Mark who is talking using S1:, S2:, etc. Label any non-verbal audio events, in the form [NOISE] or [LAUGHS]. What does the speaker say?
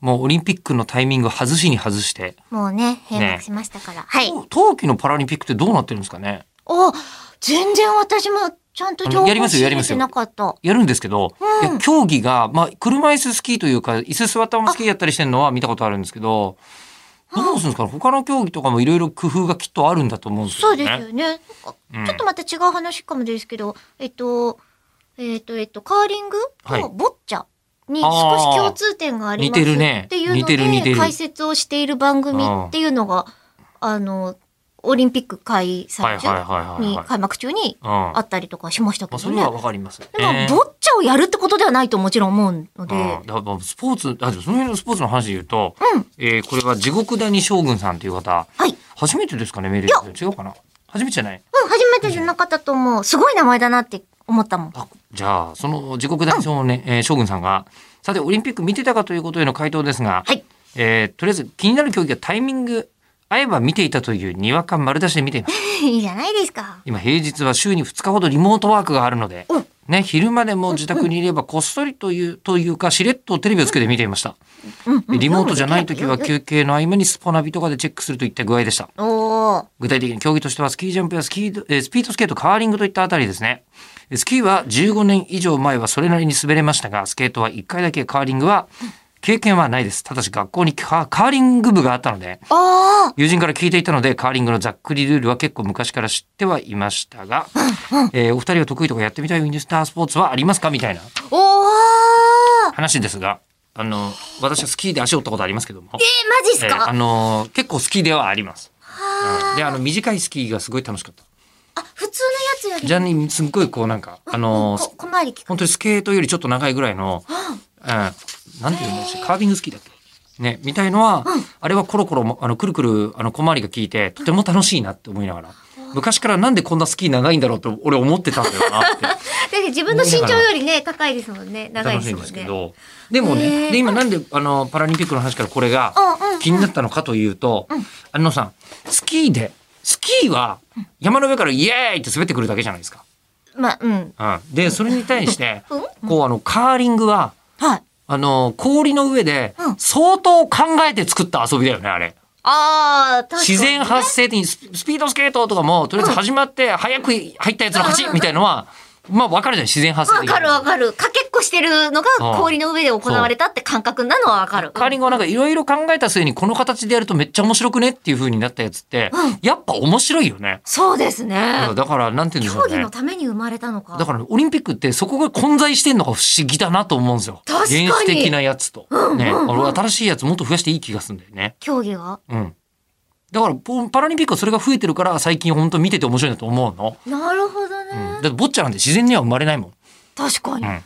S1: もうオリンピックのタイミング外しに外して、
S2: もうね、閉幕しましたから。はい。
S1: 冬季のパラリンピックってどうなってるんですかね
S2: お全然私もちゃんと情
S1: あの
S2: 報
S1: やりますよ
S2: 仕
S1: やり
S2: 入
S1: ま
S2: れ
S1: す
S2: て
S1: よ
S2: なかった。
S1: やるんですけど、
S2: うん
S1: いや競技が、まあ、車椅子スキーというか、椅子座ったままスキーやったりしてるのは見たことあるんですけど、どうするんですかね他の競技とかもいろいろ工夫がきっとあるんだと思うんです
S2: そ
S1: よ
S2: う
S1: ね。
S2: ですよね。なんか
S1: うん
S2: ちょっとまた違う話かもですけど、えっと、えっと、えっと、カーリング
S1: はい
S2: とボッチャに
S1: あ
S2: 少
S1: ー
S2: し共通点があります
S1: 似てるね
S2: っていう
S1: 似てる似
S2: の
S1: て
S2: で、
S1: る
S2: 解説をしている番組っていうのが、あの、オリンピック開
S1: はい
S2: 催
S1: はい
S2: 中
S1: はいはい、
S2: に、
S1: はい。
S2: 開幕中に
S1: うん。ま
S2: あったりとかしましたけ
S1: あ、そ
S2: ど
S1: れ
S2: ね。
S1: はわかります。
S2: でも、
S1: えー
S2: ボッチャをやるってことではないともちろん思うので、
S1: うんだからスポーツ、あ、でもその辺のスポーツの話で言うと、
S2: うん
S1: えーこれは地獄谷将軍さんという方、
S2: はい。
S1: 初めてですかね、メールで。違うかな初めてじゃない
S2: うん、初めてじゃなかったと思う。すごい名前だなって思ったもん。
S1: あじゃあ、その地獄谷将,、ねえー将軍さんが、さて、オリンピック見てたかということへの回答ですが、
S2: はい。 [LAUGHS]
S1: えーとりあえず気になる競技はタイミング、合えば見ていたというにわか丸出しで見ています。
S2: いいじゃないですか。
S1: 今、平日は週に2日ほどリモートワークがあるので、
S2: うん
S1: ね、昼間でも自宅にいればこっそりという、というか、しれっとテレビをつけて見ていました。
S2: うん、うん
S1: リモートじゃない時は
S2: よよよ
S1: 休憩の合間にスポナビとかでチェックするといった具合でした。
S2: おー
S1: 具体的に競技としてはスキージャンプやスキード、えースピードスケート、カーリングといったあたりですね。えースキーは15年以上前はそれなりに滑れましたが、スケートは1回だけ、カーリングは経験はないです。ただし学校にカーカーリング部があったので、
S2: あ
S1: 友人から聞いていたので、カーリングのざっくりルールは結構昔から知ってはいましたが、えーお二人は得意とかやってみたいウィンスタースポーツはありますかみたいな
S2: ーおー
S1: 話ですが、あの、私はスキーで足を折ったことありますけども。
S2: えー、マジっす
S1: えーあ
S2: か、
S1: のー結構好きではあります。
S2: は
S1: で、あの、短いスキーがすごい楽しかった。
S2: あ、普通のやつより、
S1: じゃあね、すっごいこうなんか、あのー
S2: こ小回り聞く。
S1: 本当にスケートよりちょっと長いぐらいの、うん、なんていうのカービングスキーだっけね、みたいのは、あれはコロコロも、あの、くるくる、あの、小回りが効いて、とても楽しいなって思いながら、昔からなんでこんなスキー長いんだろうと、俺思ってたんだよなって。
S2: だけど自分の身長よりね、高いですもんね。長い
S1: 楽
S2: で
S1: しいん
S2: すも
S1: で
S2: ん
S1: すけ
S2: ね。
S1: ど。でも
S2: へ
S1: ね、
S2: ー
S1: で、今なんで、あの、パラリンピックの話からこれが
S2: うんうん
S1: 気になったのかというと、あのさ、スキーで、スキーは山の上からイエーイって滑ってくるだけじゃないですか。
S2: まあ、うん。
S1: うんで、それに対して
S2: うん、
S1: こう、あの、カーリングは、
S2: はい。
S1: あの、氷の上で
S2: うん、
S1: 相当考えて作った遊びだよね、あれ。
S2: あー、確かに。
S1: 自然発生的に、ススピードスケートとかも、とりあえず始まって、早く入ったやつの勝ちみたいのは、まあ、わかるじゃん、自然発生
S2: わ
S1: 的に。
S2: かるわかる。かけっこしてるのが
S1: うん
S2: 氷の上で行われたって感覚なのはわかる。
S1: カーリングはなんかいろいろ考えた末にこの形でやるとめっちゃ面白くねっていう風になったやつって、やっぱ面白いよね。
S2: そうですね。
S1: だから、なんて言うんでし
S2: 競
S1: ょう
S2: 技
S1: ね
S2: の。ために生まれたのか。
S1: だから、オリンピックってそこが混在してんのが不思議だなと思うんですよ。
S2: 確かに
S1: 原始的なやつと。ね。俺新しいやつもっと増やしていい気がするんだよね。
S2: 競技が
S1: うん。だから、ポパラリンピックはそれが増えてるから最近本当見てて面白いなと思うの。
S2: なるほどね。
S1: うんだって、ボッチャなんて自然には生まれないもん。
S2: 確かに。
S1: うん